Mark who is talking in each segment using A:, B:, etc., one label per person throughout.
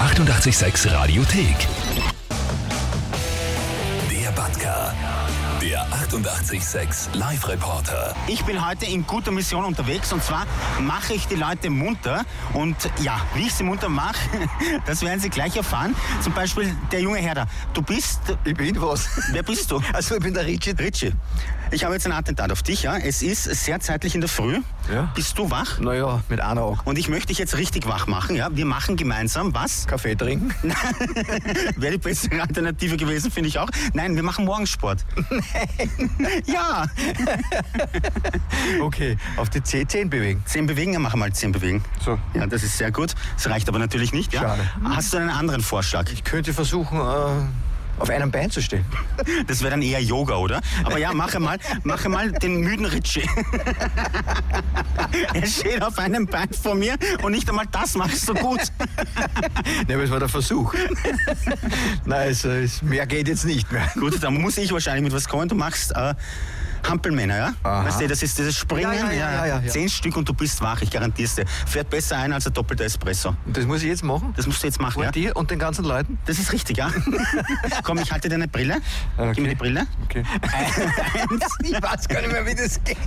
A: 886 Radiothek. Der Batka. Der 886 Live-Reporter.
B: Ich bin heute in guter Mission unterwegs und zwar mache ich die Leute munter. Und ja, wie ich sie munter mache, das werden sie gleich erfahren. Zum Beispiel der junge Herr da. Du bist.
C: Ich bin was?
B: Wer bist du?
C: Also ich bin der Richie.
B: Richie, ich habe jetzt ein Attentat auf dich. Ja? Es ist sehr zeitlich in der Früh.
C: Ja.
B: Bist du wach?
C: Naja, mit einer Auge.
B: Und ich möchte dich jetzt richtig wach machen. Ja? Wir machen gemeinsam was?
C: Kaffee trinken.
B: Wäre die bessere Alternative gewesen, finde ich auch. Nein, wir machen Morgensport. Nein. ja.
C: Okay. Auf die C10 bewegen.
B: Zehn bewegen, ja, machen wir mal zehn bewegen.
C: So.
B: Ja, das ist sehr gut. Das reicht aber natürlich nicht. Ja?
C: Schade.
B: Hast du einen anderen Vorschlag?
C: Ich könnte versuchen, äh, auf einem Bein zu stehen.
B: Das wäre dann eher Yoga, oder? Aber ja, mache mal, mache mal den müden Ritchie. Er steht auf einem Bein vor mir und nicht einmal das machst du gut.
C: Ne, aber es war der Versuch. Nein, also, es, mehr geht jetzt nicht mehr.
B: Gut, dann muss ich wahrscheinlich mit was kommen. Du machst äh, Hampelmänner, ja?
C: Aha.
B: Weißt du, das ist dieses Springen.
C: Ja, ja, ja, ja, ja, ja.
B: Zehn Stück und du bist wach, ich garantiere es dir. Fährt besser ein als ein doppelter Espresso.
C: Und das muss ich jetzt machen?
B: Das musst du jetzt machen,
C: Vor
B: ja?
C: dir und den ganzen Leuten?
B: Das ist richtig, ja? Komm, ich halte deine Brille.
C: Ah,
B: Gib mir
C: okay.
B: die Brille.
C: Okay.
B: Eins,
C: Ich weiß gar nicht mehr, wie das geht.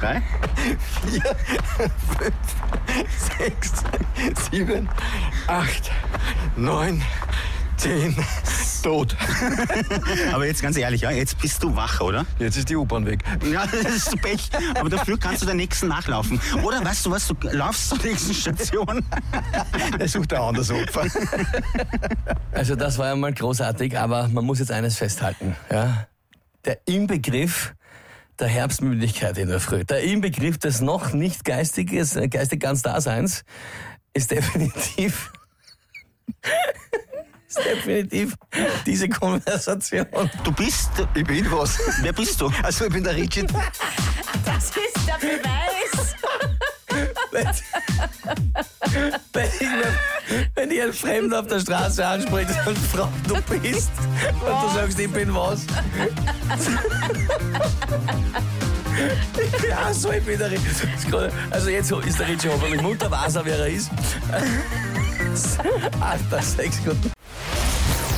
B: drei.
C: Vier, fünf, sechs, sieben, acht, neun, zehn. Tot.
B: Aber jetzt ganz ehrlich, ja, jetzt bist du wach, oder?
C: Jetzt ist die U-Bahn weg.
B: Ja, das ist Pech. Aber dafür kannst du der nächsten nachlaufen. Oder weißt du was, du laufst zur nächsten Station.
C: Er sucht ein anderes Opfer.
D: Also das war ja mal großartig, aber man muss jetzt eines festhalten. Ja? Der Inbegriff der Herbstmüdigkeit in der Früh, der Inbegriff des noch nicht geistiges, äh, geistig ganz Daseins, ist definitiv, ist definitiv diese Konversation.
B: Du bist,
C: Ich bin was.
B: wer bist du?
C: Also ich bin der Richard.
E: Das ist der Beweis.
D: Wenn, wenn, ich, mir- wenn ich einen Fremden auf der Straße anspreche und fragt, du bist, und du sagst, ich bin was. Ja, so, ich bin der Ritchie. Also jetzt ist der Ritchie hoffentlich munter, weiß er, wer er ist. Alter, sechs Minuten.